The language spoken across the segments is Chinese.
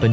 本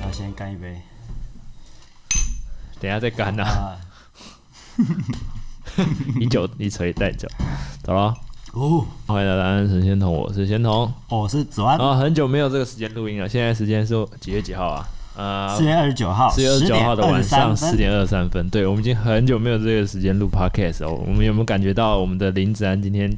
那先干一杯等一下再干呐、啊！一酒一锤带走。走了，哦，欢迎来到安安神仙童，我是仙童。我是子安，啊，很久没有这个时间录音了，现在时间是几月几号啊？呃四，月二十九号，四月二十九号的晚上10十点点二十三分。对，我们已经很久没有这个时间录 podcast 哦。我们有没有感觉到我们的林子安今天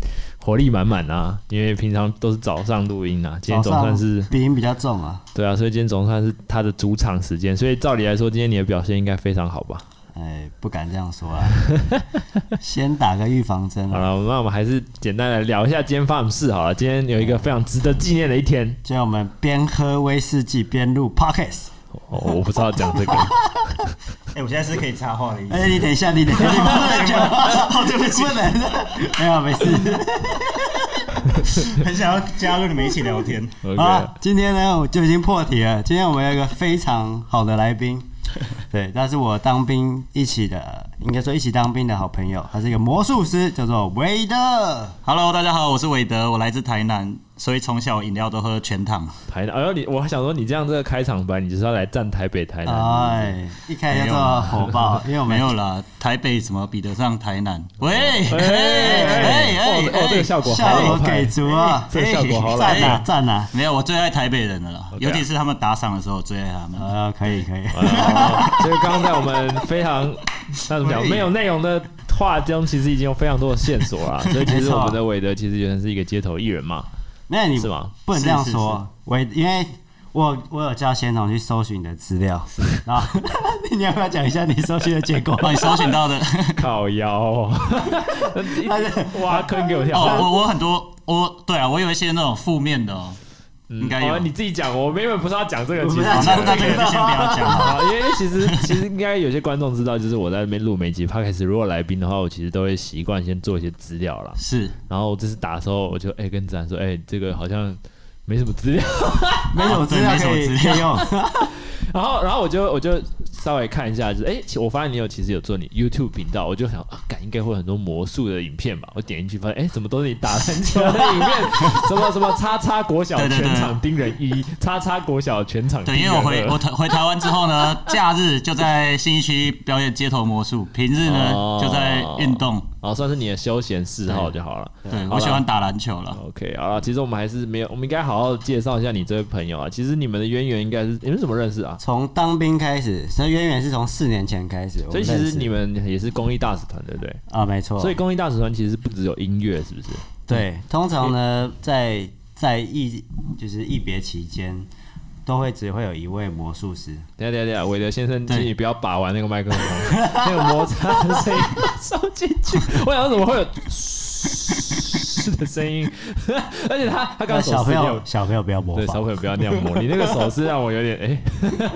活力满满啊？因为平常都是早上录音啊，今天23早总算上是鼻音比较重啊。对啊，所以今天总算是他的主场时间。所以照理来说，今天你的表现应该非常好吧？哎，不敢这样说 啊，先打个预防针好啊。了，那我们还是简单来聊一下今天发生的事好了。今天有一个非常值得纪念的一 天。就让我们边喝威士忌边录 podcast。哦，我不知道讲这 个。哎、我现在是可以插话的意思。哎，你等一下，你等一下，你不能讲，哦，对不起不，能，没有，没 事。很想要加入你们一起聊天。 OK，好了，今天呢，我就已经破题了。今天我们有一个非常好的来宾，对，他是我当兵一起的，应该说一起当兵的好朋友，他是一个魔术师，叫做韦德。 Hello，大家好，我是韦德，我来自台南，所以从小饮料都喝全糖。台南，哎呦，你我还想说，你这样这个开场白，你就是要来站台北、台南。哎，一开始就这么火爆，因为我们没有啦，台北怎么比得上台南？喂，哎哎哎！哦，这个效果好效果厉害给足啊，哎这个效果好赞厉啊害。赞啊！没有，我最爱台北人的了啦 OK 啊尤其是他们打赏的时候，我最爱他们。呃，可以可以， 哦所以刚刚在我们非常那怎么讲喂没有内容的话中，其实已经有非常多的线索啦。所以其没实错我们的韦德其实原来是一个街头艺人嘛，那你是吗？不能这样是是说，我因为我我有叫仙童去搜寻你的资料，然后 你要不要讲一下你搜寻的结 果？哦，你搜寻 到的靠腰哦，他是挖坑给我跳。哦，我我很多，我对啊，我有一些那种负面的哦，应该有。哦，你自己讲，我原本不是要讲这个，我其实。们在好，那那这个就先不要讲 了。啊，因为其实其实应该有些观众知道，就是我在那边录每集 podcast，如果来宾的话，我其实都会习惯先做一些资料啦。是，然后我这次打的时候，我就哎、跟子然说，哎、这个好像没什么资料。没什么资料没什么可以资料可以用， 然后然后我就我就稍微看一下，就是哎、其我发现你有其实有做你 YouTube 频道，我就想啊，感应该会有很多魔术的影片吧。我点进去发现，哎、怎么都是你打篮球的影片？ 什么什么叉叉国小对对对全 场盯人一，叉叉国小全场盯对，因人为我回二 我台回台湾之后呢，假日就在新一区表演街头魔术，平日呢、哦就在运动。哦，算是你的休闲嗜好对就好了。对，好我喜啦哦欢打篮球了。 OK，好了，其实我们还是没有，我们应该好好介绍一下你这位朋友啊。其实你们的渊源应该是你们怎么认识啊？从当兵开始，所以渊源是从四年前开始。我所以们其认实识你们也是公益大使团，对不对？啊，没哦错，所以公益大使团其实不只有音乐，是不是？对，通常呢，在在一就是一别期间，都会只会有一位魔术师。等一下等一下等一下，韦德先生，对请你不要把玩那个麦 克风，那个摩擦的声音收进去。我想说怎么会有呃的声音？ 而且他他刚那刚小手势朋友有，小朋友不要模对，小仿。朋友不要那样摸，你那个手势让我有点 哎，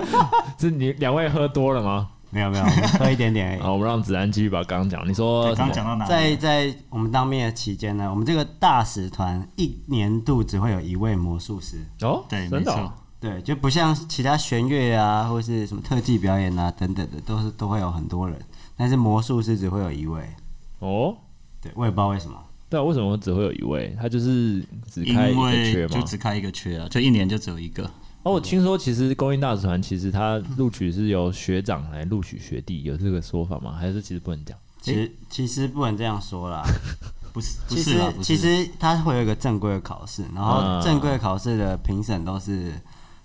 是你两位喝多了吗？没有没有，我们喝一点点而已。好，我们让子安继续把刚刚讲，你说对什刚么刚？讲到哪里？在在我们当兵的期间呢，我们这个大使团一年度只会有一位魔术师，哦，对，没真的哦、错。对，就不像其他弦乐啊，或是什么特技表演啊等等的，都是都会有很多人，但是魔术师只会有一位。哦，对，我也不知道为什么。但为什么只会有一位？他就是只因开一个缺为就吗？只开一个缺啊，就一年就只有一个。哦，我听说其实公益大使团其实他录取是由学长来录取学弟，有这个说法吗？还是其实不能讲？其实、其实不能这样说啦，不是，不其是实啦，不其是。实它会有一个正规的考试，然后嗯正规的考试的评审都是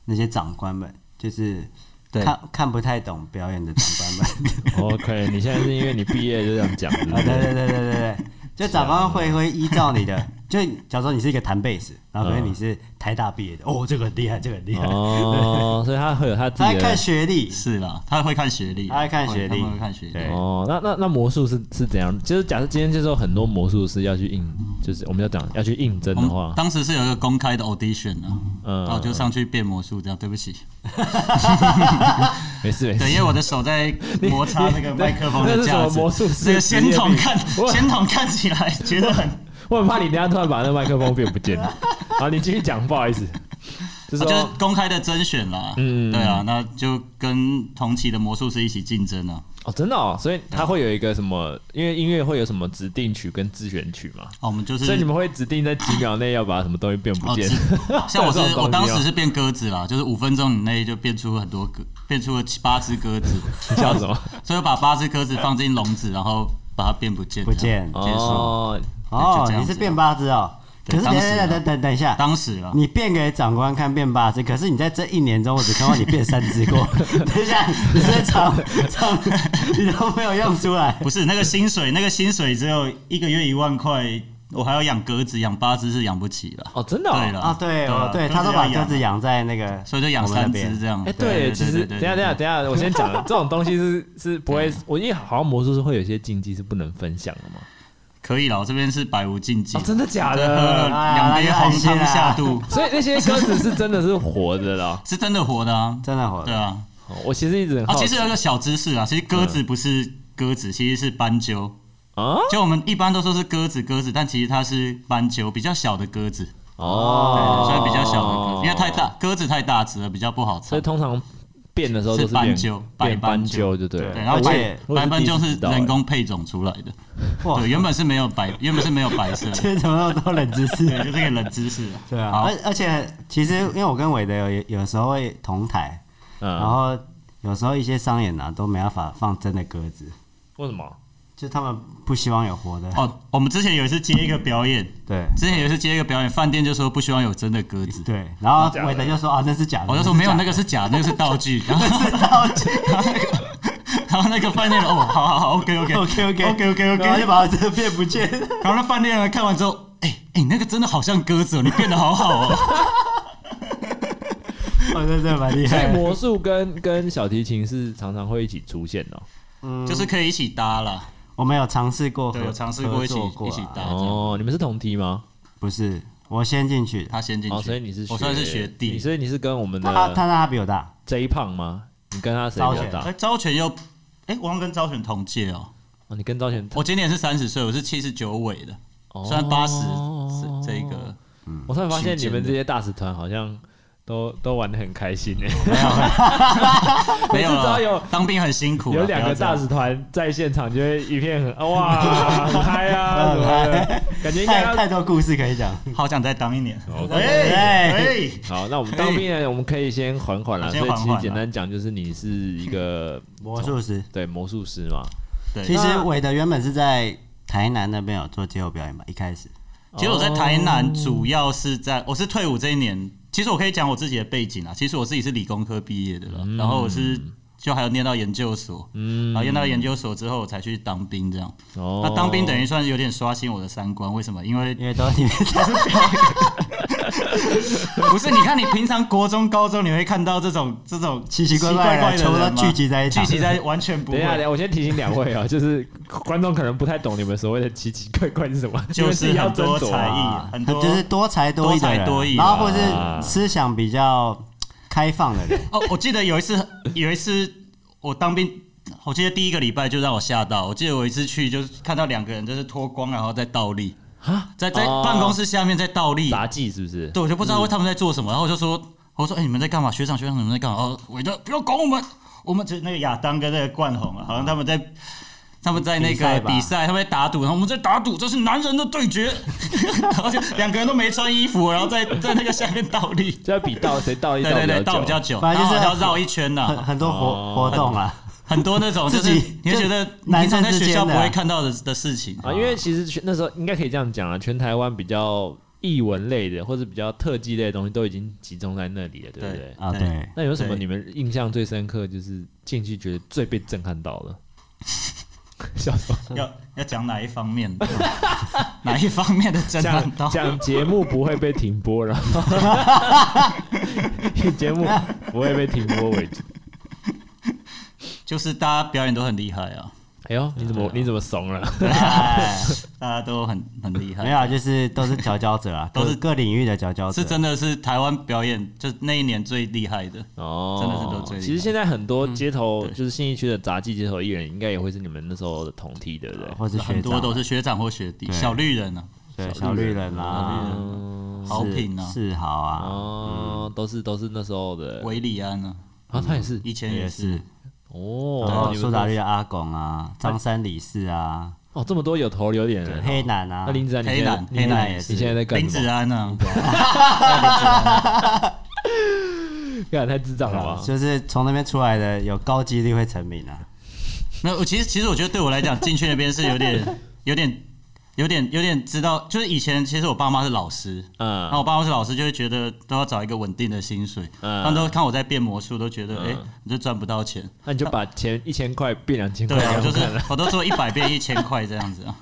那些长官们，就是对看看不太懂表演的长官们。哦 OK，你现在是因为你毕业就这样讲，对不啊，对对？ 对对对对对，就长官会会依照你的就假如说你是一个弹贝斯，然后可能你是台大毕业的，哦，这个很厉害，这个很厉害。哦，所以他会有他自他己在看的。学历，是啦，他会看学历，啊他会看学历他们会看学历对。哦，那那那魔术是是怎样？就是假设今天就是有很多魔术师要去应，就是我们要讲要去应征我的话们，当时是有一个公开的 audition 啊，啊嗯然后我就上去变魔术，这样对不起，没事没对，因事。为我的手在摩擦那个麦克风 那的是什架么子魔术，师这个仙筒职业病看我仙筒看起来觉得很，我很怕你等一下突然把那麦克风变不见了。好，你继续讲，不好意思。哦就是哦就是说公开的甄选啦，嗯对啊，那就跟同期的魔术师一起竞争啊。哦，真的哦，所以他会有一个什么？因为音乐会有什么指定曲跟自选曲嘛，哦，我们就是所以你们会指定在几秒内要把什么东西变不哦，见 只。像我是这种东西哦我当时是变鸽子啦，就是五分钟以内就变出很多鸽，变出了七八只鸽子，你笑什么？所以我把八只鸽子放进笼子，然后把它变不见，不见这样 结束。哦，就哦这，样你子啊是变八只哦。可对是等一当时啊下等等等等一下，当时啊啦，你变给长官看变八只，可是你在这一年中，我只看到你变三只 过。等一下，你是在长长，你都没有用出来。不是那个薪水，那个薪水只有一个月一万块，我还要养鸽子，养八只是养不起了。哦，真的哦对了啊，对哦，对，鸽他都把要鸽养子养在那个，所以就养我们那三边只这样。哎、对，其实等一下等一下等一下，我先讲， 这种东西是是不会，我因为好像魔术是会有一些禁忌是不能分享的嘛。可以了，我这边是百无禁忌哦，。真的假对喝的？哎呀两杯红汤下肚， 所以那些鸽子是真的是活着的哦、是真的活的啊，真的火对啊。哦我其实一直很啊，好其奇实有一个小知识啊，其实鸽子不是鸽子，其实是斑鸠。啊，就我们一般都说是鸽子，鸽子，但其实它是斑鸠，比较小的鸽子，哦，所以比较小的鸽子，因为太，大，鸽子太大只了，比较不好所猜以。通常变的时候都是变斑鸠白变斑斑鸠鸠，就对了。对，然后而白且我也白是第斑一鸠次是知道欸人工配种出来的，哇对，原本是没有白，原本是没有 白色的，今天怎么那么多冷知识对，？就这个冷知识。对啊，好而而且其实因为我跟韦德有有时候会同台，然嗯，后有时候一些商演啊都没办法放真的鸽子，为什么？就他们不希望有活的。哦，我们之前有一次接一个表演，对之前有一次接一个表演，饭店就说不希望有真的鸽子，对，然后假的韦德就说啊那是假的，哦我就说没有，那个是假的，那个是 道具，然后是道具。 然后那个饭店的哦，好好好，OK OK OK OK OK OK OK，然后就把我这个变不见。然后那饭店人看完之后，哎、哎、你那个真的好像鸽子哦，你变得好好哦。我觉得这蛮 厉所以害的。魔术跟跟小提琴是常常会一起出现的哦。就是可以一起搭啦，我们有尝试过合，对，有尝试过一起合作过一啊起搭这样。哦，你们是同梯吗？不是，我先进去的。他先进去，哦，所以你是我算是学你弟。所以你是跟我们他的他他比我大， J 胖吗？你跟他谁比较招大哎，？招全又，哎，我好像跟招全同届哦。哦，你跟赵全，我今年是三十岁，我是七十九尾的，哦虽然八十这这一 个，我突然发现你们区间的这些大使团好像都都玩的很开心欸 诶，每没次有只要啦有当兵很辛苦啊，有两不个要这样大使团在现场，就会一片 很哇很嗨啊什么的，感觉应该太要。太多故事可以讲。好想再当一年。 OK 哎哎，好，那我们当兵呢，我们可以先缓缓啦。先所以缓其缓实啦简单讲，就是你是一个魔术师，对魔术师嘛。对其实那韦德原本是在台南那边有做街头表演吧，一开始。其实我在台南主要是在，我是退伍这一年，其实我可以讲我自己的背景啊。其实我自己是理工科毕业的了，然后我是就还有念到研究所，嗯然后念到研究所之后我才去当兵这样。哦，啊那当兵等于算是有点刷新我的三观，为什么？因为因为都里面不是你看你平常国中、高中你会看到这种这种 奇奇怪怪怪的的全部都人吗聚集在一起聚集在完全不等一会。下，等一下，我先提醒两位 啊，就是观众可能不太懂你们所谓的奇奇怪怪是什么，就你是们很自己要多斟酌才啊。艺，很多就是多才多艺的人，多才多艺然啊后或是思想比较开放的人。 哦，我记得有一次，有一次我当兵，我记得第一个礼拜就让我吓到。我记得我有一次去，就是看到两个人就是脱光，然后在倒立，啊在在哦办公室下面在倒立。哦杂技是不是？对，我就不知嗯道他们在做什么，然后我就说，我说，哎、你们在干嘛？学长，学长，你们在干嘛？哦，韦德，不要管我们，我们只那个亚当跟那个冠宏啊，好像他们在。他们在那比个赛吧比赛，他们在打赌，然后我们在打赌，这是男人的对决， 然后就两个人都没穿衣服，然后在在那个下面倒 立，就要比到谁倒一对倒对对，倒久啊比较久，反然正就后是要绕一圈呐、很很多哦活活动啊，很多那种就自是己你会就觉得你男平常生在之学间校不的会啊看到的的事情啊，因为其实全那时候应该可以这样讲啊，全台湾比较艺文类的或者比较特技类的东西都已经集中在那里了，对不对对？啊，对对，那有什么对 你们印象最深刻，就是进去觉得最被震撼到了？ 笑什么？要要讲哪一方面的？ 哪一方面的真难道讲讲节目不会被停播，然后 节目不会被停播为止。就是大家表演都很厉害啊，哎呦，你怎么你怎么怂了？哎，大家都很很厉 没害。有啊，就是都是佼佼者啊，都是各各领域的佼佼者。是真的是台湾表演，就是那一年最厉害的。 哦， 真的是得罪嗯其实现在很多街头、就是信义区的杂技街头艺人，应该也会是你们那时候的同梯，对不对？或是学很多长啊都是学长或学弟，对小绿人啊，对小绿人小啦，嗯，好品啊，世豪啊，哦，都是都是那时候的。韦礼安啊，啊，他也是以前也也是是，然啊哦后，你苏们打都绿的阿拱啊，张三李四啊，哦，这么多有头有脸的人。黑男啊那，林子啊，你黑现在男，黑男也你现在是，在干林什子么？安啊，干太智障了 吧？啊就是从那边出来的，有高几率会成名啊。没有，我其实其实我觉得对我来讲，进去那边是有点有点有点有点知道，就是以前其实我爸妈是老师，然后嗯，我爸妈是老师，就会觉得都要找一个稳定的薪水，嗯他们都看我在变魔术，都觉得嗯哎，你就赚不到钱，那你就把钱一千块变两千块对啊，给我他就们是看了。我都做一百遍一千块这样子啊，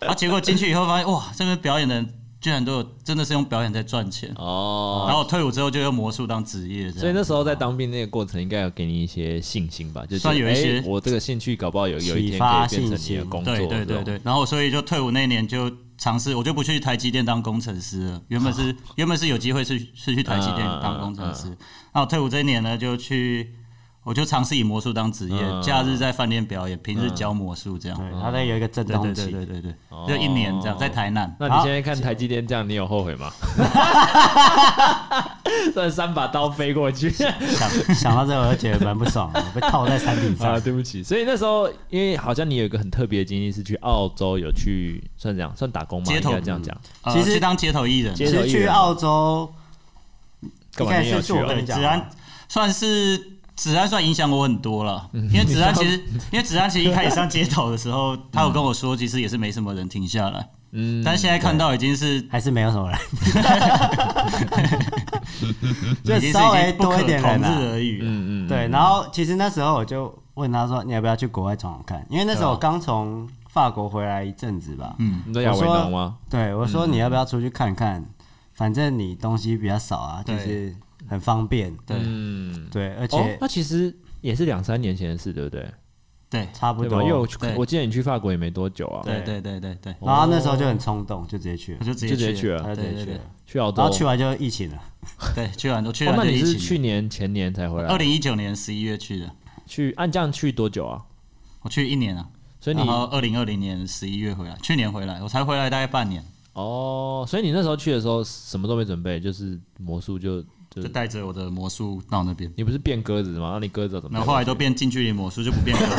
然后结果进去以后发现哇，这边表演的人居然都有真的是用表演在赚钱，然哦，后我退伍之后就用魔术当职业，这所以样那时候在当兵那个过程，应该有给你一些信心吧？就觉算得有一些哎我这个兴趣，搞不好有有一启天发可以变成你的信心工作。对对这对种，对，然后所以就退伍那年就尝试，我就不去台积电当工程师了。原本 是原本是有机会是是去台积电当工程嗯师，那我退伍这一年呢，就去我就尝试以魔术当职嗯业，假日在饭店表演，平日教魔术这样。对，他那有一个震对对动哦对期，对对对，哦就一年这样在台南。那你现在看台积电这样，你有后悔 吗？算三把刀飞过 去想想到这个我就觉得蛮不爽的，被套在山顶啊！上。对不起，所以那时候因为好像你有一个很特别的经历，是去澳洲有去算怎样算打工吗？街应头该这样讲，呃其实去当街头艺人，街其实去澳洲，干嘛你也要去应该是我哦跟你讲子安算是子安算影响我很多了，嗯因为子安其实，因为子安其实一开始上街头的时候，他有跟我说，其实也是没什么人停下来，嗯，但是现在看到已经是还是没有什 么人，已就经是稍已微经不多可一点同人日啊。而语了。嗯嗯，对，然后其实那时候我就问他说：“你要不要去国外闯闯看？”因为那时候我刚从法国回来一阵子吧。嗯，你在亚维农吗？对，我说你要不要出去看看？反正你东西比较少啊，就对是很方便。对嗯，对，而哦且，那其实也是两三年前的事，对不对？对差不对多吧？因。为我去对，我记得你去法国也没多久啊，对对对对对，然后那时候就很冲动，就直接去了我，就直就直接接去了他就直接去哦嗯对对了对。去澳洲。然后去哦，完就疫情了，对，去完都去完那就你一是起。去年前年才回来？二零一九年十一月去的，去按这样去多久啊？我去一年啊，所以你然后二零二零年十一月回来，去年回来，我才回来大概半年，哦，所以你那时候去的时候什么都没准备，就是魔术就就就带着我的魔术到那边。你不是变鸽子吗？那你鸽子怎么然带过去？后后来都变近距离魔术，就不变 鸽子，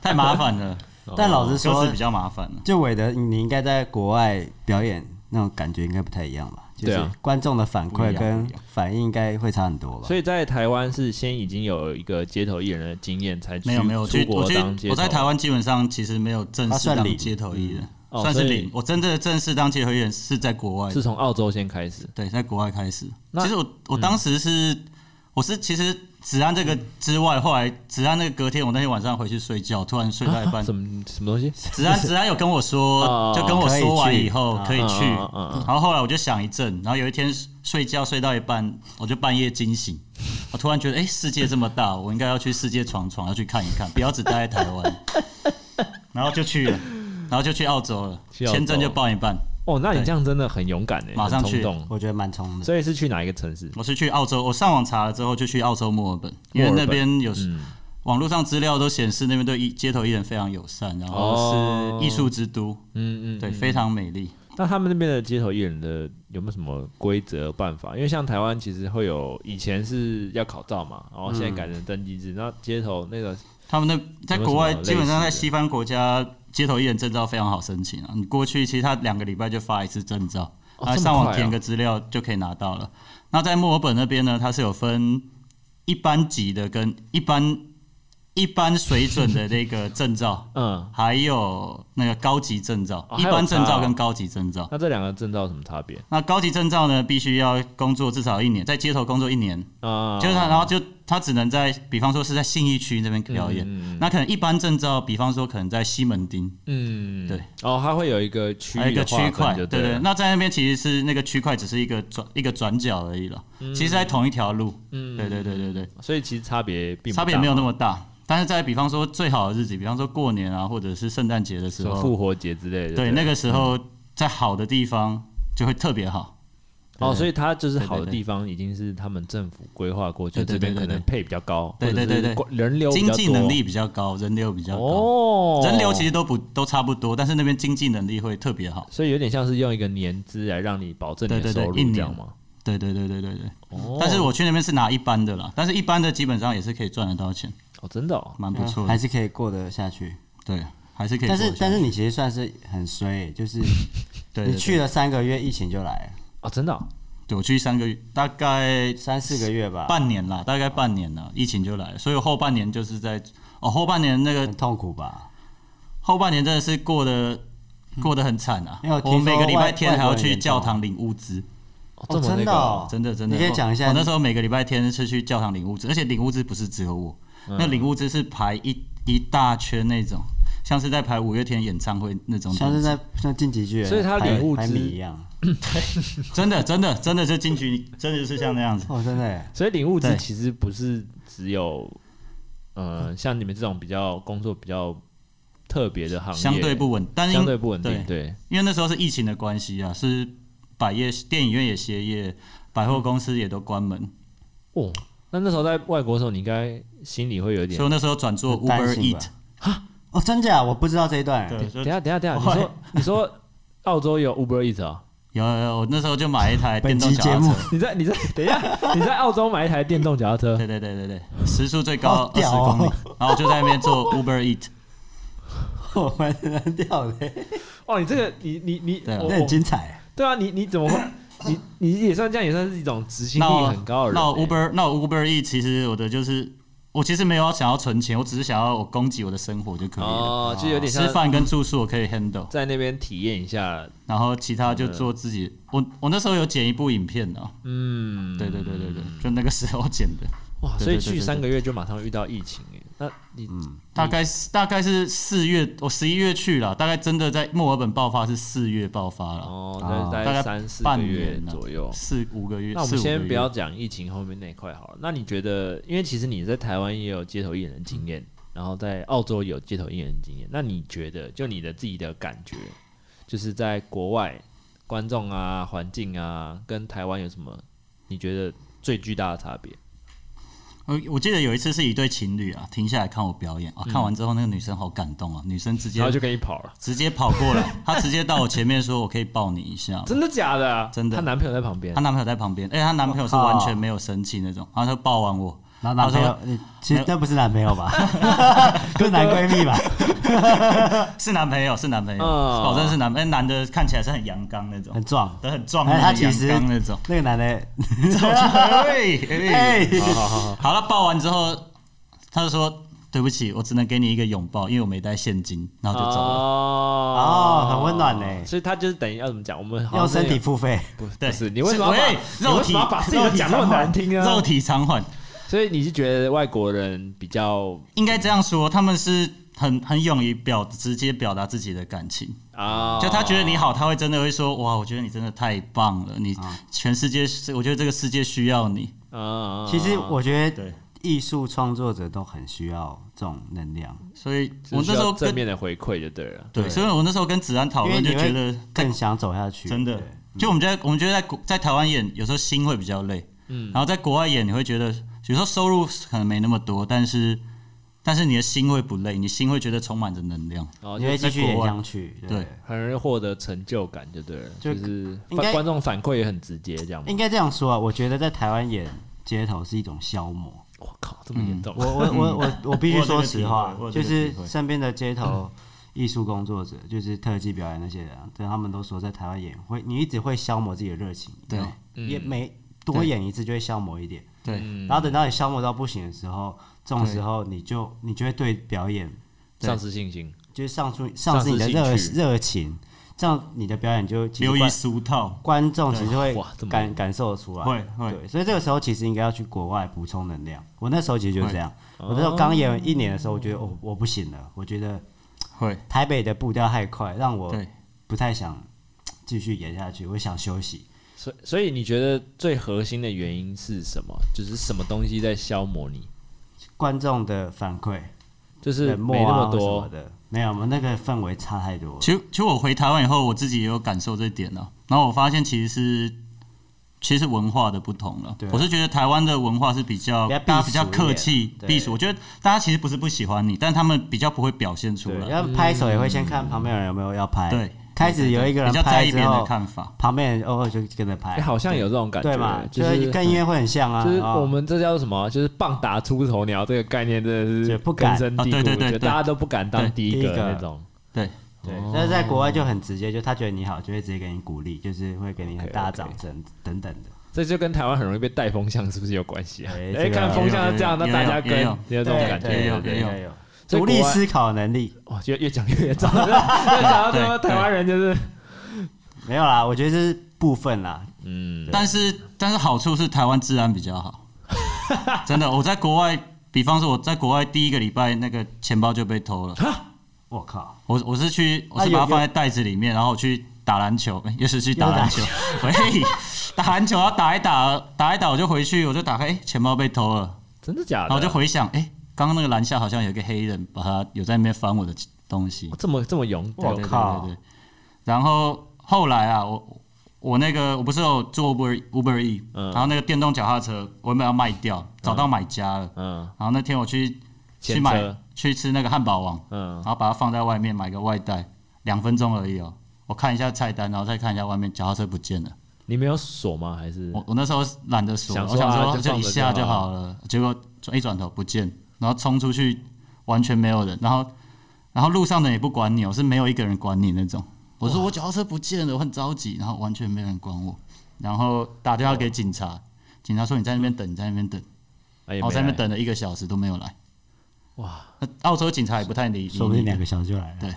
太麻烦了，哦但老实鸽说子，比较麻烦了。就韦德，你应该在国外表演那种感觉应该不太一样吧？就对是啊观众的反不一馈样跟不一样反应应该会差很多吧？所以在台湾是先已经有一个街头艺人的经验，才去没有没有，我出去我国去当街头。我在台湾基本上其实没有正他式算零当街头艺人，哦算是所以零。我真的正式当街头艺人是在国外，是从澳洲先开始。对，在国外开始。那嗯其实我我当时是、我是其实只按这个之外，后来只按那个隔天，我那天晚上回去睡觉，突然睡到一啊半，什么什么东西？子安子安有跟我哦说，就跟我说完以后可可以以去去嗯嗯嗯嗯，然后后来我就想一阵，然后有一天睡觉睡到一半，我就半夜惊醒，我突然觉得，哎，世界这么大，我应该要去世界闯闯，要去看一看，不要只待在台湾， 然后就去了，然后就去澳洲了，去澳洲签证就办一办，哦，那你这样真的很勇敢诶，欸马上很冲去动。我觉得蛮冲的。所以是去哪一个城市？我是去澳洲，我上网查了之后就去澳洲墨尔本，因为墨尔那本嗯边有网络上资料都显示那边对艺街头艺人非常友善，然哦后是艺术之都，嗯嗯，对，非常美丽。那他们那边的街头艺人的有没有什么规则办法？因为像台湾其实会有，以前是要考照嘛，然后现在改成登记制。那街头那个他们那在国外有没有什么类似的基本上在西方国家街头艺人证照非常好申请啊，你过去其实他两个礼拜就发一次证照，哦然这后么上快啊，网填个资料就可以拿到了。那在墨尔本那边呢，它是有分一般级的跟一般一般水准的那个证照嗯，还有那个高级证照哦，一还有般证差照哦跟高级证照。那这两个证照有什么差别那高级证照呢，必须要工作至少一年，在街头工作一年，啊？就是他，然后就他只能在，比方说是在信义区那边表演。那可能一般证照，比方说可能在西门町，嗯，对，哦，它会有一个区还有一域个的区划块，分就对对对了。。那在那边其实是那个区块只是一个转一个转角而已了，嗯其实在同一条路。嗯，对对对对对，所以其实差别并不嗯差别没有那么么大。但是在比方说最好的日子，比方说过年啊，或者是圣诞节的时什么候，复活节之类的。对那个时候嗯在好的地方就会特别好。哦，所以它就是对对好的对地方，已经是他们政府规划过，就对对这边对可对能配比较高，对对或者是对对管人流比经较济多能力比较高，人流比较高，哦，人流其实都不都差不多，但是那边经济能力会特别好。所以有点像是用一个年资来让你保证你的对对对收入一年这样吗？对对对对对对。哦，但是我去那边是拿一般的啦，但是一般的基本上也是可以赚得到钱，哦真的哦，蛮不错嗯还的。是可以过得下去。对，还是可以但做一下。是但是你其实算是很衰，欸就是对对你去了三个月，疫情就来了，哦真的哦对对我去三个月，大概三四个月吧，半年啦，大概半年啦，疫情就来了，所以我后半年就是在哦，后半年那个很痛苦吧？后半年真的是过得过得很惨啊因为我，听我每个说礼拜外天还要外国人去严重教堂领物资。哦这哦，么那真个的哦哦，真的真的。你可以讲一下我那时候每个礼拜天是去教堂领物资，而且领物资不是只有我，那领物资是排一一大圈那种，像是在排五月天演唱会那种像是等级。在像晋级剧，所以他排领物排资米一样。真的真的真的就进去，真的是像那样子。哦，真的耶，所以领物资对其实不是只有，呃，像你们这种比较工作比较特别的行业，相对不稳，但是因相对不稳定，对对，因为那时候是疫情的关系啊，是百业电影院也歇业，百货公司也都关门，哦，那那时候在外国的时候，你应该心里会有点所以我。那时候转做很担 Uber 心吧 Eat，哦，真假？我不知道这一段。对，等就一下，等一下，等一下，你我说 你说澳洲有 Uber Eats 啊？有有有，我那时候就买一台电本动期脚节踏目车，你在你在等一下，你在澳洲买一台电动脚踏车， 对对对对对，时速最高好二十屌哦公里，然后我就在那边做 Uber Eat，我们扔掉的，哦，你这个你你你，对啊我 那我很精彩。对啊，你你怎么会？你你也算这样，也算是一种执行那力我很高的人、那我欸 Uber 那我 Uber E 其实我的就是我其实没有想要存钱，我只是想要我供给我的生活就可以了。哦，就有点像吃饭跟住宿我可以 handle，在那边体验一下，然后其他就做自己。我我那时候有剪一部影片呢，嗯，对对对对对，就那个时候剪的，哇，对所以对对去对三个月就马上遇到疫情哎，那你大概是大概是四月，我十一月去了，大概真的在墨尔本爆发是四月爆发了，哦，啊大概大概三四个半月年了左右。四五个月。那我们四五个先月不要讲疫情后面那一块好了。那你觉得，因为其实你在台湾也有街头艺人经验，然后在澳洲也有街头艺人经验，那你觉得，就你的自己的感觉，就是在国外观众啊、环境啊，跟台湾有什么你觉得最巨大的差别？我呃我记得有一次是一对情侣啊，停下来看我表演啊，看完之后那个女生好感动啊，女生直嗯接然后就跟你跑了，直接跑过来， 她直接到我前面说：“我可以抱你一下吗。真的假的啊？真的她男朋友在旁”边她，男朋友在旁边，而且她男朋友是完全没有生气那种，然后她抱完我，然后男朋友，你其实那不是男朋友吧？是男闺蜜吧？嗯是男朋友，是男朋友，哦保证是男，哎，男的看起来是很阳刚那种嗯很，壮。都很壮，哎很他其阳实刚那种。那个男的， 哎哎哎，好好好好，好了，抱完之后，她就说：“对不起，我只能给你一个拥抱，因为我没带现金。”然后就走了。哦哦很温暖欸呢所以他就是等于要怎么讲？我们好像 用是有身体付费，不对，不是你为什么要把喂你肉为什体么要把自己肉体讲那么偿还难听啊？肉体偿还。所以你是觉得外国人比较应该这样说，他们是很很勇于表直接表达自己的感情，啊？就他觉得你好，他会真的会说哇，我觉得你真的太棒了，你全世界，我觉得这个世界需要你。啊，其实我觉得对，艺术创作者都很需要这种能量，所以只我需那时要候正跟面的回馈就对了。对，所以我那时候跟子安讨因为论，就你觉得会更想走下去。真的对，就我们觉得我们觉得在国在台湾演，有时候心会比较累，嗯，然后在国外演，你会觉得有时候收入可能没那么多，但是但是你的心会不累，你心会觉得充满着能量。然后你就会继续演国外下去。对，很容易获得成就感就对了，就就是应反该观众反馈也很直接，这样吗应？该这样说啊，我觉得在台湾演街头是一种消磨。我靠，这么严重嗯我我我我我必须说实话我有，这就个体是会我有这个体会身边的街头艺术工作者，就是特技表演那些人啊，但他们都说在台湾演会，你一直会消磨自己的热情，对嗯因嗯为也每多演一次就会消磨一点，对，然后等到你消磨到不行的时候，这种时候你就你就会对表演丧失信心就是上出上失你的丧热失兴趣热情，这样你的表演就其实流观于俗套。观众其实会哇这么感感受得出来，会会对，所以这个时候其实应该要去国外补充能量。我那时候其实就是这样，我那时候刚哦演完一年的时候，我觉得我我不行了，我觉得会，台北的步调太快，让我对，不太想继续演下去，我想休息。所以所以你觉得最核心的原因是什么？就是什么东西在消磨你？观众的反馈就是冷漠没那啊么或什多么，的，没有，我们那个氛围差太多了。其实其实我回台湾以后，我自己也有感受这点了、然后我发现其实是其实文化的不同了对啊。我是觉得台湾的文化是比较比较避大家比较暑一客点气对避暑，我觉得大家其实不是不喜欢你，但他们比较不会表现出对，来。要拍手也会先看旁边有人有没有要拍，嗯对，开始有一个人比较在拍意之别人的后，看法。旁边人偶哦尔就跟着拍哎，，好像有这种感觉，对嘛？就就是是跟音乐会很像啊，就是哦我们这叫什么？就是棒打出头鸟这个概念真的就是不根敢哦深蒂固，啊对对对我觉得对大家都不敢当对第一第个一个那种。对，对哦，但是在国外就很直接，就他觉得你好，就会直接给你鼓励，就是会给你很大的掌声等等的。这就跟台湾很容易被带风向是不是有关系啊？哎哎，这个看风向是这样，有那有大家跟有有有这种感对觉，也有也有也有所以国独外立思考能力哇，越越讲越糟， 越讲到最后对对台湾人就是没有啦，我觉得这是部分啦。嗯，但是但是好处是台湾治安比较 好，真的。我在国外，比方说我在国外第一个礼拜，那个钱包就被偷了。我靠，我我是去，我啊是有把它放在袋子里面，然后我去打篮球，诶又是去打篮球，喂，打篮球，然后打一打，打一打，我就回去，我就打开，哎、钱包被偷了，真的假然的？后我就回想，哎、刚刚那个篮下好像有一个黑人，把他有在那边翻我的东西，哦这么这么勇哇敢对对靠对对对然后后来啊，我我那个我不是有做 Uber Uber E，、嗯然后那个电动脚踏车我原本要卖掉，找到买家了，嗯然后那天我去前去买车去吃那个汉堡王。嗯然，后把它放在外面买个外带，两分钟而已哦。我看一下菜单，然后再看一下外面，脚踏车不见了。你没有锁吗？还是我我那时候懒得锁，想我说啊想就说放一着下就就好好了，结果一转头不见，然后冲出去完全没有人，然后然后路上的人也不管你哦，我是没有一个人管你那种。我说我脚踏车不见了，我很着急，然后完全没有人管我，然后打电话给警察，警察说你在那边等，你在那边等，哎也然后没哦在那边来等了一个小时都没有来。哇，那澳洲警察也不太理，理说不定你两个小时就来嗯了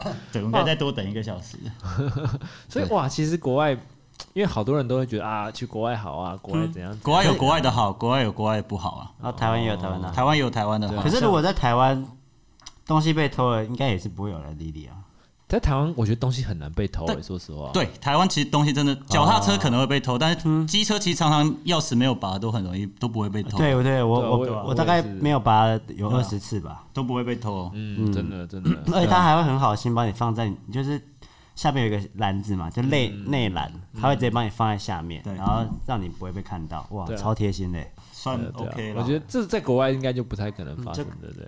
对。对，我应该再多等一个小时。所以哇，其实国外，因为好多人都会觉得啊，去国外好啊，国嗯外怎样？国外有国外的好，国外有国外的不好啊。然后哦台湾也有台湾哦的好，台湾也有台湾啊的好，可是如果在台湾东西被偷了，应该也是不会有人理你啊。在台湾，我觉得东西很难被偷、对欸，说实话。，对台湾其实东西真的，脚踏车可能会被偷，但是机车其实常常钥匙没有拔都很容易都不会被偷，对不对？我对啊我也我我也我大概是没有拔了有对二啊十次吧，都不会被偷。哦嗯，真的真的，而且他还会很好心帮你放在你就是下面有一个篮子嘛，就内嗯内篮，他会直接帮你放在下面，对然后让你不会被看到，哇对，啊超贴心的。算对啊对啊 OK 了，我觉得这在国外应该就不太可能发生，对不对？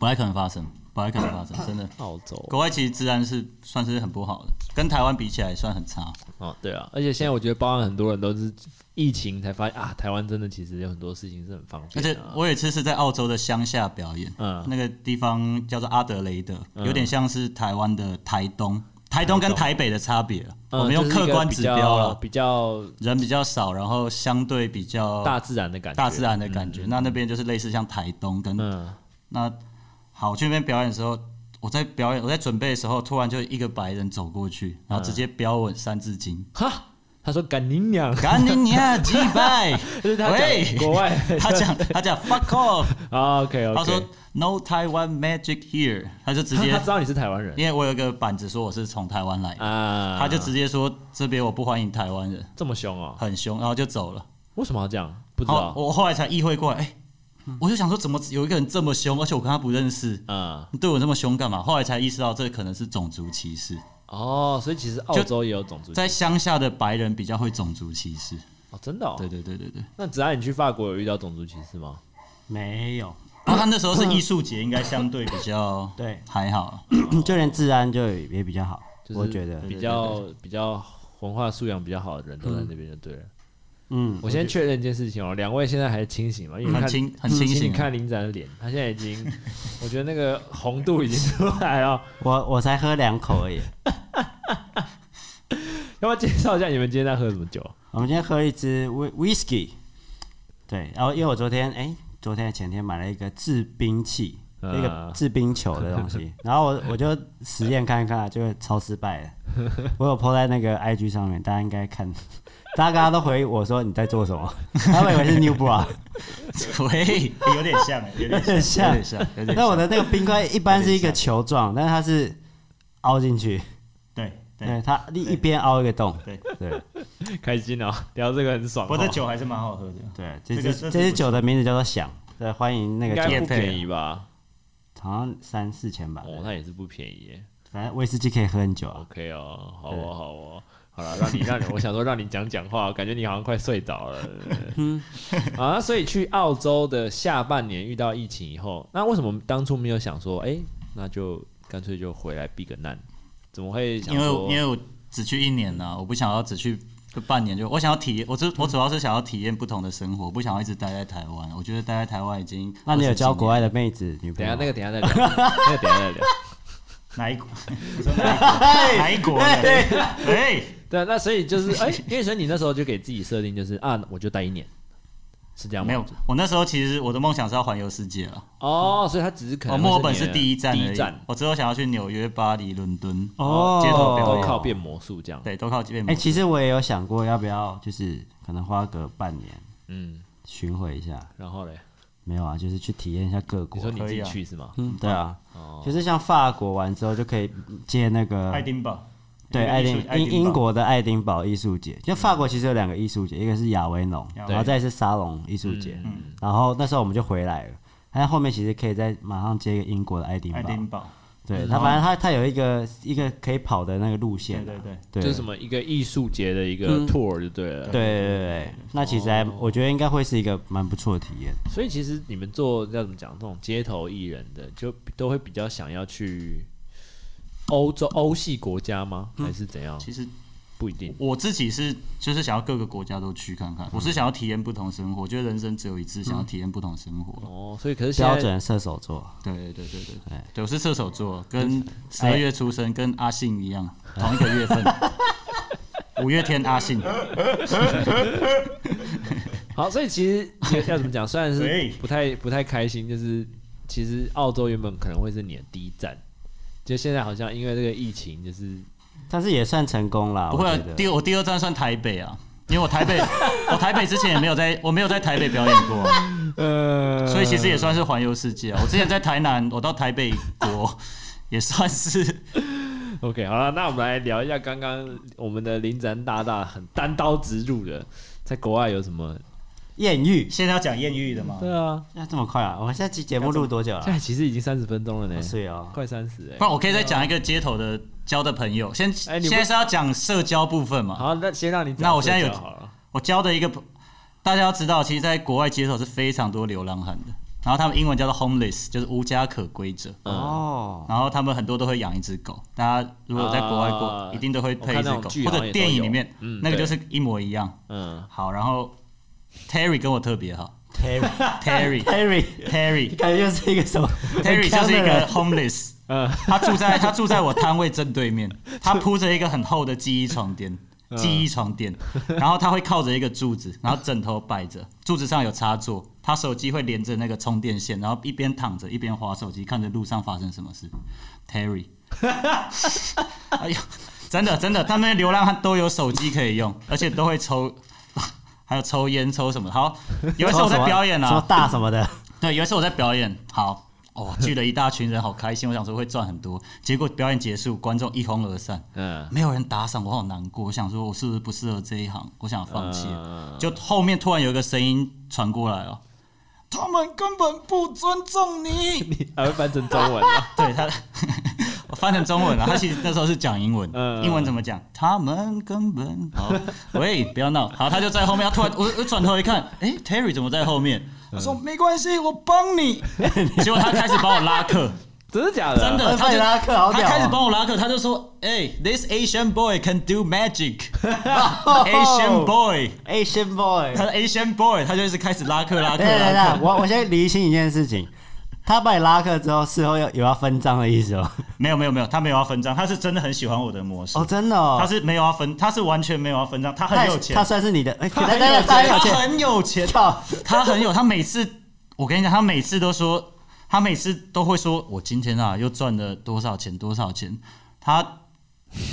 不太可能发生，不太可能发 生，真的。澳洲国外其实治安是算是很不好的，跟台湾比起来算很差。哦，对啊，而且现在我觉得，包含很多人都是疫情才发现啊，台湾真的其实有很多事情是很方而便且的啊、我有一次是在澳洲的乡下表演，嗯那个地方叫做阿德雷德，有点像是台湾的台东，台东跟台北的差别了。嗯我们用这是一客个观比指较标哦了，比较人比较少，然后相对比较大自然的感觉，大自然的感觉。那那边就是类似像台东跟、嗯，那好，我去那边表演的时候，我在表演我在准备的时候，突然就一个白人走过嗯去，然后直接标我三字经，哈，他说赶你 娘，赶紧你啊，击败！ 就是他讲喂国外， 哦他讲他讲 fuck off， OK OK，他说 no Taiwan magic here，他就直 他接知，道你是台湾人因为我有个板子说我是从台湾来的，啊，他就直接说这边我不欢迎台湾人，这么凶哦？很凶，然后就走了。为什么要这样？不知好，道。哦我后来才意会过来，哎、我就想说，怎么有一个人这么凶，而且我跟他不认识，嗯，你对我这么凶干嘛？后来才意识到，这可能是种族歧视，哦，所以其实澳洲也有种族歧视在乡下的白人比较会种族歧视。哦，真的、哦。对对对对对，那只要你去法国有遇到种族歧视吗？没有，然后他那时候是艺术节，应该相对比较对， 还好。 就连治安就也比较好，就是我觉得，比较比较文化素养比较好的人都在那边就对了。嗯，我先确认一件事情哦，两位现在还清醒吗？因为很看清很清请醒你啊看林展的脸，他现在已经，我觉得那个红度已经出来了。 我我才喝两口而已。要不要介绍一下你们今天在喝什么酒？我们今天喝一支 whi- whisky，对，然后因为我昨天哎、昨天前天买了一个制冰器，那个制冰球的东西，然后我我就实验看一看，就超失败的。我有 PO 在那个 IG 上面，大家应该看，大家刚刚都回我说你在做什么，他们以为是 New Bra，喂，有点像，有有点点像，像有点像，有点但我像。的那个冰块一般是一个球状，但是它是凹进去，对对，对它一一边凹一个洞，对，对开心哦，聊这个很爽哦。不过这酒还是蛮好喝的。对。这这支个这这支是酒的名字叫做响，对，欢迎那应个该酒，不便宜吧？好像三四千吧，哦，那也是不便宜耶。反正威士忌可以喝很久啊。 OK 哦，好哦，好哦。好了，让你让你，我想说让你讲讲话，感觉你好像快睡着了。嗯，啊，那所以去澳洲的下半年遇到疫情以后，那为什么当初没有想说，哎、那就干脆就回来避个难？怎么会想因为说？因为我只去一年啊呐、我不想要只去就半年就，我想要体验，我只我主要是想要体验不同的生活，我不想要一直待在台湾。我觉得待在台湾已经那你有交交国外的妹子女朋等一下友吗？那个等一下再聊，那个等一下再聊。哪 一国？你说哪一国？哪一国的？哎，对，那所以就是，哎、因为所以你那时候就给自己设定就是啊，我就待一年，是这样吗？没有，我那时候其实我的梦想是要环游世界了。哦，所以他只是可哦，能墨尔本你的是第一站而第已，一站我之后想要去纽约、巴黎、伦敦，哦街头表都演，靠变魔术这样。对，都靠这边。哎、其实我也有想过要不要，就是可能花个半年嗯，巡回一下，然后嘞，没有啊，就是去体验一下各你国说。你自可以己啊去是吗？嗯，对啊，就是像法国完之后就可以借那个爱丁堡，对爱丁爱英丁英国的爱丁堡艺术节，就法国其实有两个艺术节，一个是亚维农，亚维然后再是沙龙艺嗯术嗯节。然后那时候我们就回来了，但后面其实可以再马上接一个英国的爱丁爱堡，丁堡，嗯对它反正它它有一个一个可以跑的那个路线对啊，对对。对，就是什么一个艺术节的一个嗯 tour 就对了。对对对对，那其实还、我觉得应该会是一个蛮不错的体验。所以其实你们做要怎么讲，这种街头艺人的，就都会比较想要去欧洲欧系国家吗？嗯还是怎样？其实不一定。我自己是就是想要各个国家都去看看，我是想要体验不同生活，我觉得人生只有一次，想要体验不同生活。哦，所以可是现标在准射手座，对对对对对，嗯哎对我是射手座，跟十二月出生，跟阿信一样，同一个月 份。五月天阿信，好，所以其实要要怎么讲，虽然 所是以不太不太开心，就是其实澳洲原本可能会是你的第一站，就现在好像因为这个疫情，就是但是也算成功啦。不会、我啊觉，得第我第二站算台北啊，因为我台北，我台北之前也没有在，我没有在台北表演过啊、呃所以其实也算是环游世界啊。我之前在台南，我到台北国 也算是 OK，好了，那我们来聊一下刚刚我们的林展大大很单刀直入的，在国外有什么？艳遇，现在要讲艳遇的嘛对啊，那这么快啊？我们现在期节目录多久现了？在其实已经三十分钟了啊呢，是哦，快三十不哎。然我可以再讲一个街头的交的朋友。先，哎你不现在是要讲社交部分嘛？好，那先让你讲那我现在有社交好了，我交的一个朋，大家要知道，其实，在国外街头是非常多流浪汉的，然后他们英文叫做 homeless，就是无家可归者。哦，然后他们很多都会养一只狗，大家如果在国外过，啊一定都会配一只我看那狗，种剧或好像者也都有电影里面，嗯那个对就是一模一样。嗯，好，然后 Terry 跟我特 别好 Terry， ，Terry Terry， Terry 感觉就是一个什么 Terry 就是一个很 homeless，嗯他住在他住在我摊位正对面，他铺着一个很厚的记忆床垫，嗯记忆床垫，然后他会靠着一个柱子，然后枕头摆着，柱子上有插座，他手机会连着那个充电线，然后一边躺着一边划手机，看着路上发生什么事。Terry，哎呦，真的真的，他们流浪汉都有手机可以用，而且都会抽。 还有抽烟抽什么？好，有一次我在表演啊，什么大什么的，对，有一次我在表演，好，哦，聚了一大群人，好开心，我想说会赚很多，结果表演结束，观众一哄而散，嗯没有人打赏，我好难过，我想说我是不是不适合这一行，我想放弃了，嗯就后面突然有一个声音传过来哦，他们根本不尊重你，你还会翻成中文啊？对他。我翻成中文了，他其实那时候是讲英文，嗯英文怎么讲？他们根本 好，喂，不要闹，好，他就在后面，他突然我我转头一看，诶 t e r r y 怎么在后面？嗯他说没关系，我 帮你。结果他开始把我拉嗯客，真的假的？ 真的，他他就嗯拉客好他屌开始哦，帮我拉客，他就说：“哎、t h i s Asian boy can do magic 。”Asian Oh boy， Asian boy，他是 Asian boy，他就是开始拉客拉客 对对拉对，客。我我先厘清一件事情，他把你拉客之后，事后有有要分赃的意思哦，没有没有没有，他没有要分账，他是真的很喜欢我的模式哦，。真的哦，他是没有要分，他是完全没有要分账，他他很有钱他，算是你的，哎，他等很等有等，他很有钱，他钱，很有钱，靠，他很有，他每次我跟你讲，他每次都说他每次都会说：“我今天啊，又赚了多少钱，多少钱。”他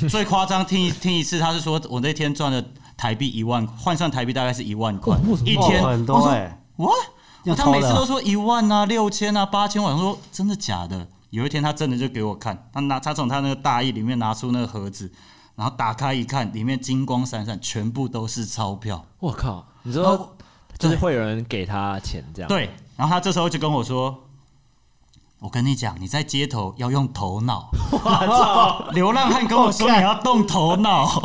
最夸张，听一 听一次，他是说我那天赚了台币一万，换算台币大概是一万块哦为什，么一天哦很多我说欸 What？要他偷每的次啊都说一万啊、六千啊、八千，我想说真的假的？有一天他真的就给我看，他拿他从他那个大衣里面拿出那个盒子，然后打开一看，里面金光闪闪，全部都是钞票。我靠，你然说后就是哦对会有人给他钱这样？，对，然后他这时候就跟我说：“我跟你讲，你在街头要用头脑。”哦流浪汉跟我说：“你要动头脑。”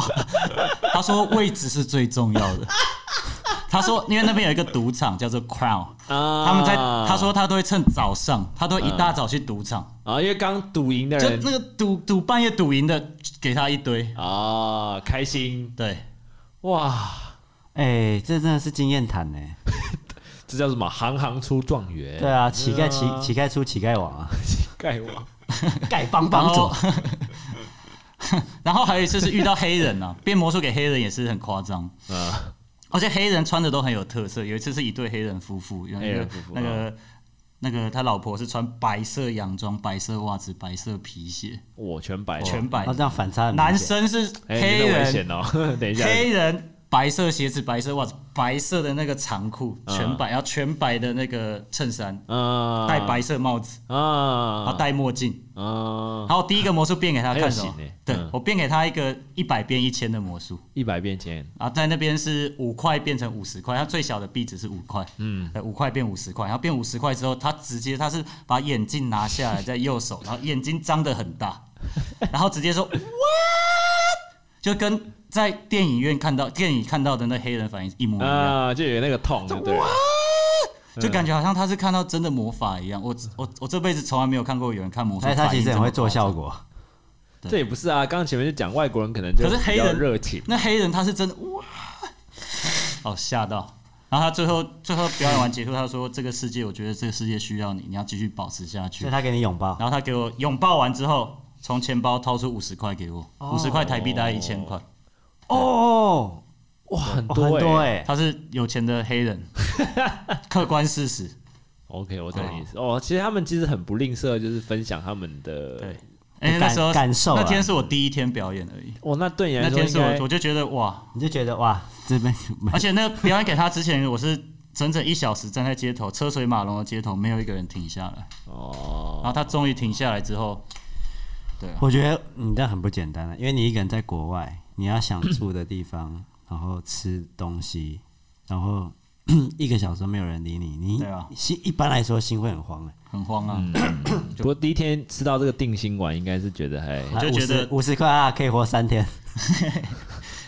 他说：“位置是最重要的。”他说：“因为那边有一个赌场叫做 Crown，啊他们在他说他都会趁早上，他都一大早去赌场，啊，因为刚赌赢的就人那个赌赌半夜赌赢的，给他一堆。啊，开心对，哇，哎、这真的是经验谈呢。这叫什么？行行出状元，对，啊，乞丐乞乞丐出乞丐王啊， 哦盖王丐帮然帮主后。然后还有一次是遇到黑人 啊，变魔术给黑人也是很夸张。啊，而且黑人穿的都很有特色。有一次是一对黑人夫妇，有黑那人个夫妇啊那个那个他老婆是穿白色洋装、白色袜子、白色皮鞋，我全白，全白哦那。这样反差很明男显生是哦哎，黑你这危人，险哦， 等一下，黑人白色鞋子、白色袜子、白色的那个长裤，嗯全白，然后全白的那个衬衫，啊，戴白色帽子，然后啊，戴墨镜。啊，然后第一个魔术变给他很有看什么型欸？对嗯我变给他一个一百变一千的魔术。一百变钱，然后在那边是五块变成五十块，它最小的币值是五块，嗯，五块变五十块，然后变五十块之后，他直接他是把眼镜拿下来在右手，然后眼睛张得很大，然后直接说 what，就跟在电影院看到电影看到的那黑人反应一模一样，啊，就有那个痛，对不啊对了？就感觉好像他是看到真的魔法一样。我我我这辈子从来没有看过有人看魔术，哎但是他其实很会做效效果。果，对这也不是啊，刚刚前面就讲外国人可能就可是黑比较人热情，那黑人他是真的哇， 哦吓到。然后他最后最后表演完结束，他说：“这个世界，我觉得这个世界需要你，你要继续保持下去所以。他给你拥”抱。然后他给我拥抱完之后，从钱包掏出五十块给我，五十块台币大概一千块。哦，哇，很哦很多多欸哎，他是有钱的黑 人，客观事实。 OK，我懂你意思。哦，其实他们其实很不吝啬，就是分享他们的。对，，哎，感那时候感受啊那天是我第一天表演而已。哦，那对你来那说天应是该我我就觉得哇，你就觉得哇，这边而且那个表演给他之前，我是整整一小时站在街头，车水马龙的街头，没有一个人停下来。然哦，后他终于停下来之后，对啊，我觉得你这样很不简单了，啊因为你一个人在国外，你要想住的地方， 然后吃东西，然后 一个小时没有人理你，你对啊心一般来说心会很慌哎。很慌啊。不过第一天吃到这个定心丸，应该是觉得 还。就觉得五十块啊，可以活三 天，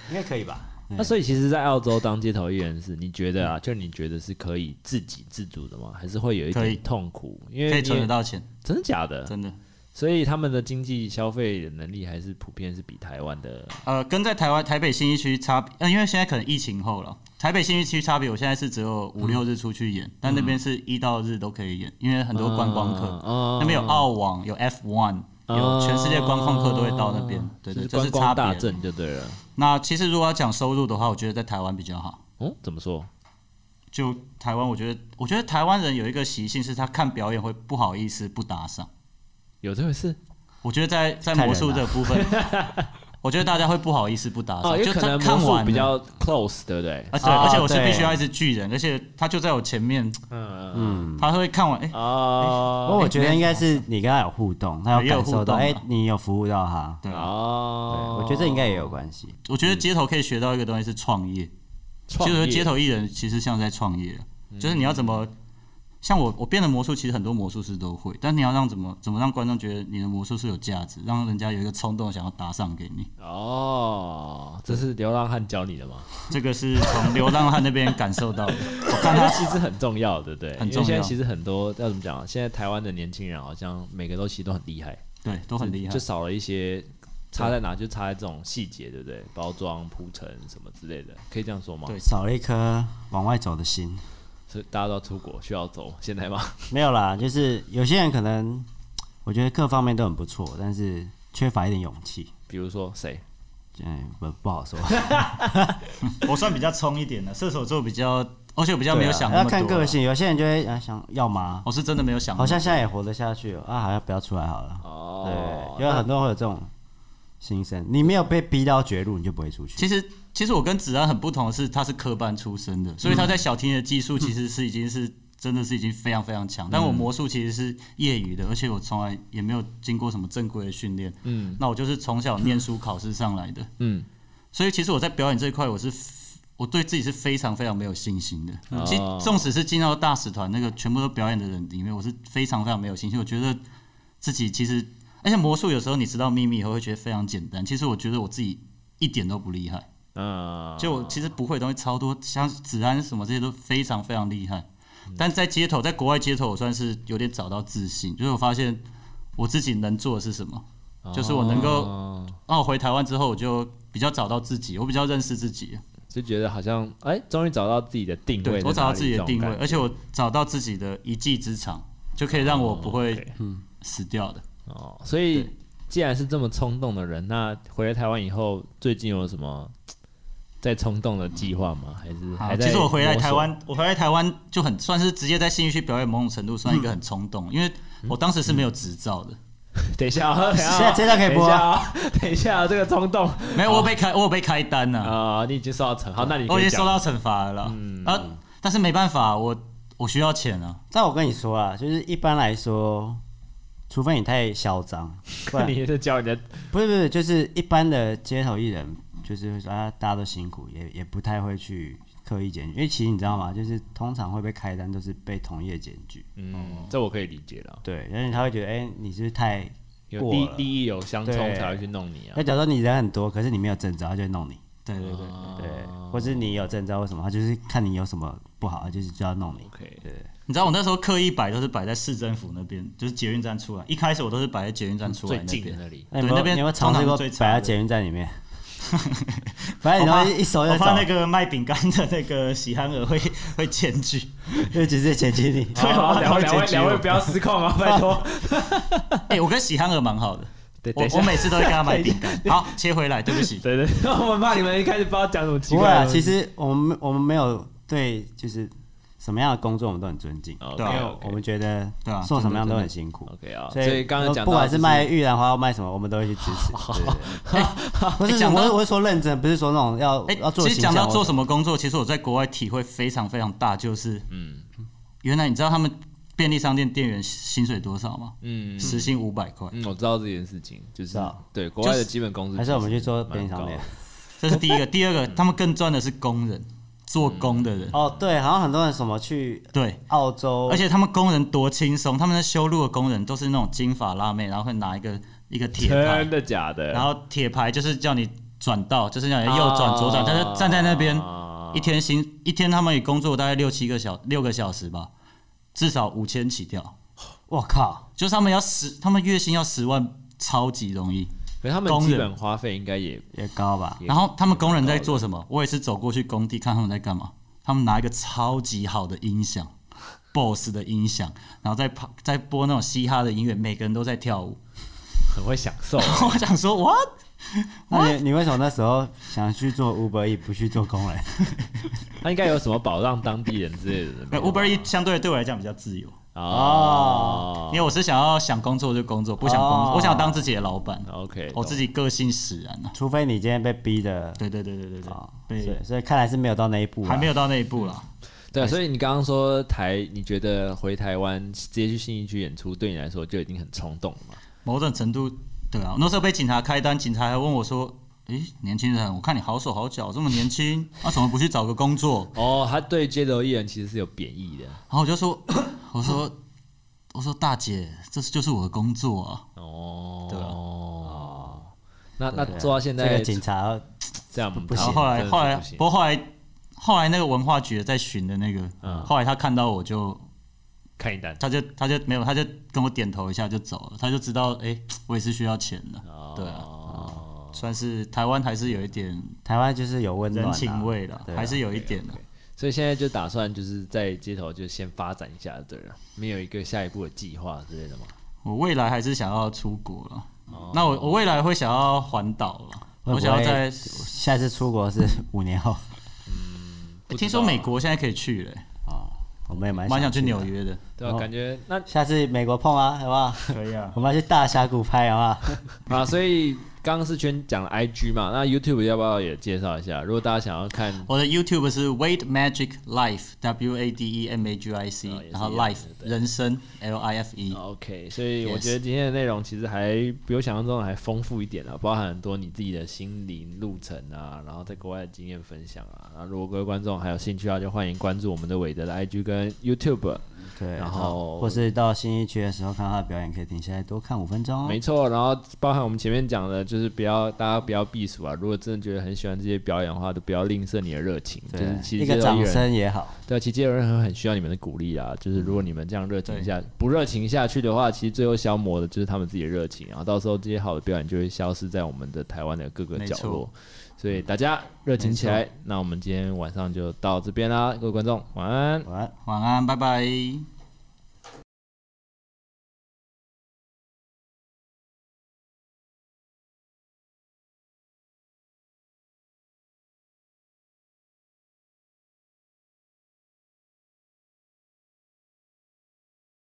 应该可以吧？嗯那所以其实，在澳洲当街头艺人是，你觉得啊，就你觉得是可以自给自足的吗？还是会有一可以点痛苦？因为可以你存得到钱，真的假的？真的。所以他们的经济消费的能力还是普遍是比台湾的呃，跟在台湾台北新一区差别，呃，因为现在可能疫情后了，台北新一区差别，我现在是只有五六日出去演，嗯但那边是一到日都可以演，因为很多观光客，嗯哦那边有澳网，有 F One。有全世界观光客都会到那边，对对，啊就这是是观差光别大。镇就对了。那其实如果要讲收入的话，我觉得在台湾比较好。哦，怎么说？就台湾，我觉得，我觉得台湾人有一个习性，是他看表演会不好意思不打赏。有这回事？我觉得在在看人啊魔术这部 分，我觉得大家会不好意思不打哦，赏，因为就可他能看魔术完了比较 close，对不对？啊对，啊而且我是对必须要一直巨人，而且他就在我前面，嗯嗯，他会看完，哎、不哦过我觉得应该是你跟他有互动，他也有有感受到，互动哎啊，你有服务到他，对啊，对，哦，我觉得这应该也有关系。我觉得街头可以学到一个东西是创业，嗯创其业嗯实街头艺人其实像在创业，就是你要怎么。像我，我变的魔术，其实很多魔术师都会，但你要让怎么怎么让观众觉得你的魔术是有价值，让人家有一个冲动想要打赏给你，哦，这是流浪汉教你的吗？这个是从流浪汉那边感受到的。我看这他其实很重要，对不对？很因重要为现在其实很多要怎么讲啊？现在台湾的年轻人好像每个都其实都很厉害，对都很厉害就，少了一些差在哪，就差在这种细节，对不对？包装、铺陈什么之类的，可以这样说吗？对少了一颗往外走的心。所以大家都要出国，需要走，现在吗？ 没有啦，就是有些人可能，我觉得各方面都很不错，但是缺乏一点勇气。比如说谁？嗯，不不好说。我算比较冲一点的，射手座比较而且我比较没有想那要么多啊。看哦个性，有些人就会啊想要嘛，我是真的没有想那好么多，像现在也活得下去哦，啊，好像不要出来好了。哦，对，因为很多人会有这种心声，你没有被逼到绝路，你就不会出去。其实，其实我跟子安很不同的是，他是科班出身嗯的，所以他在小提琴的技术其实是已经是真的是已经非常非常嗯强。但我魔术其实是业余的，而且我从来也没有经过什么正规的训练。嗯那我就是从小念书考试上来的，嗯，所以其实我在表演这一块，我是 f- 我对自己是非常非常没有信心的。其实，纵使是进到大使团那个全部都表演的人里面，我是非常非常没有信心。我觉得自己其实，而且魔术有时候你知道秘密以后会觉得非常简单，其实我觉得我自己一点都不厉害。嗯，就我其实不会的东西超多，像子安什么这些都非常非常厉害。但在街头，在国外街头，我算是有点找到自信，就是我发现我自己能做的是什么。就是我能够哦那我回台湾之后，我就比较找到自己，我比较认识自己，就觉得好像哎，终于找到自己的定位对在哪里，我找到自己的定这位，种感而且我找到自己的一技之长，就可以让我不哦会死掉的。觉哦，所以既然是这么冲动的人，那回来台湾以后，最近有什么在冲动的计划吗？还是好还在其实我回来摸索台，湾，我回来台湾就很算是直接在新义区表演，某种程度算一个很冲动，因为我当时是没有执照的。等一下啊，等一现在下，这段可以播啊，等一下啊， 这个冲动没有，我有被开，我有被开单呐、啊，你已经受到惩，好，那你我可已以经受讲 嗯到惩罚了啦。啊，但是没办法，我我需要钱啊。但我跟你说啊，就是一般来说，除非你太嚣 张，不然你是教人家不是不是，就是一般的街头艺人，就是会说啊，大家都辛苦，也也不太会去刻意检举，因为其实你知道吗？就是通常会被开单都是被同业检举，嗯，这我可以理解了。对，因为他会觉得，哎、你是不是太有过利了利益有相冲对才会去弄你啊那。假如说你人很多，可是你没有证照，他就会弄你，对对哦啊对，对，或是你有证照，为什么？他就是看你有什么不好，他就是就要弄你。 OK，你知道我那时候刻意摆都是摆在市政府那边，就是捷运站出来。一开始我都是摆在捷运站出来最那近的边。那里，那你有没有对那边你有没有尝试通常过是最差的摆在捷运站里面？ 反正你我怕然后一手我就怕找，那个卖饼干的那个喜憨儿会 会检举。就直接检举 你。对好我 怕两他位哦会两位检举两位我不要失控啊，拜托。哎、我跟喜憨儿蛮好的，对，我等一下我，每次都会跟他买饼 干。好，切回来，对不起。对对， 我们怕你们一开始不知道讲什么奇不怪会的啊，东其西。实我们我们没有对就是什么样的工作我们都很尊敬， OK 对啊哦 OK 我们觉得对啊做什么样真的都很辛苦。 OK 啊，所以刚刚讲到呃不管就是卖玉兰花要卖什么，我们都会去支持。对对对不是，哎讲到我是我是说认真，不是说那种要哎、要做其实形讲象到或做者什么工作，其实我在国外体会非常非常大，就是嗯原来你知道他们便利商店店员薪水多少吗？嗯时薪五百块，嗯，我知道这件事情，就是知道对国外就的啊是基本工资，还是我们去做便利商店？这是第一个。第二个，嗯他们更赚的是工人，做工的人。哦，对，好像很多人什么去对，澳洲，而且他们工人多轻松，他们在修路的工人都是那种金发辣妹，然后会拿一个一个铁牌真，的假的？然后铁牌就是叫你转道，就是叫你啊右转左转，他就站在那边啊一天薪一天，他们也工作大概六七个小六个小时吧，至少五千起跳，我靠，就是他们要十，他们月薪要十万，超级容易。可是他们工人基本花费应该也也高吧？也然后他们工人在做什么？我也是走过去工地看他们在干嘛。他们拿一个超级好的音响，BOSS 的音响，然后在跑在播那种嘻哈的音乐，每个人都在跳舞。 很会享受。我想说，what？那你你为什么那时候想去做 Uber E 不去做工人？他应该有什么保障当地人之类的没有啊 Uber E 相对对我来讲比较自由，哦因为我是想要想工作就工作，不想工哦作，我想当自己的老板。 ，OK，我自己个性使然啊。除非你今天被逼的对对对对对对啊，，所被以所以看来是没有到那一步啊，还没有到那一步啦。对，啊所以你刚刚说台，你觉得回台湾直接去信义区演出，对你来说就已经很冲动了嘛？ 某种程度，对啊，那时候被警察开单，警察还问我说：“诶，年轻人，我看你好手好脚，这么年轻，那、怎么不去找个工作？” 哦，他对街头艺人其实是有贬义的。然后我就说，我说，我说大姐，这是就是我的工作啊。哦，对啊哦，那那对啊做到现这在个警察这样不然后行，后来真的是后来，不行不过后来后来那个文化局在巡的那个，嗯后来他看到我就，看一单他就他就没有，他就跟我点头一下就走了，他就知道，哎、我也是需要钱的，对啊。哦算是台湾还是有一点台湾就是有温暖、啊、人情味了，对啊还是有一点的。所以现在就打算就是在街头就先发展一下，对了，没有一个下一步的计划之类的嘛。我未来还是想要出国了，那我我未来会想要环岛了，会不我会想要在下次出国是五年后，不知道啊听说美国现在可以去了、哦，我们也蛮蛮想去的纽，约的。对吧、哦感觉那下次美国碰啊，好不好？可以啊 我，们要去大峡谷拍，好不好？啊，所以刚刚是圈讲了 IG 嘛，那 YouTube 要不要也介绍一下？如果大家想要看，我的 YouTube 是 Wade Magic Life W A D E M A G I C，、哦也是然后一样的 Life 人生 L I F 嗯 E。 OK，所以 Yes 我觉得今天的内容其实还比我想象中的还丰富一点啊，包含很多你自己的心灵路程啊，然后在国外的经验分享啊。然后如果各位观众还有兴趣的话，就欢迎关注我们的韦德的 IG 跟 YouTube。对，然后或是到新一区的时候看到他的表演，可以停下来多看五分钟哦。没错，然后包含我们前面讲的，就是不要大家不要避暑啊。如果真的觉得很喜欢这些表演的话，都不要吝啬你的热情，就对是其实一个街头艺掌人声也好，对，啊其实街头艺人很需要你们的鼓励啊。就是如果嗯你们这样热情下，不热情下去的话，其实最后消磨的就是他们自己的热情，然后到时候这些好的表演就会消失在我们的台湾的各个角没落错。所以大家热情起来。那我们今天晚上就到这边啦，各位观众晚安。晚安。晚安，拜拜。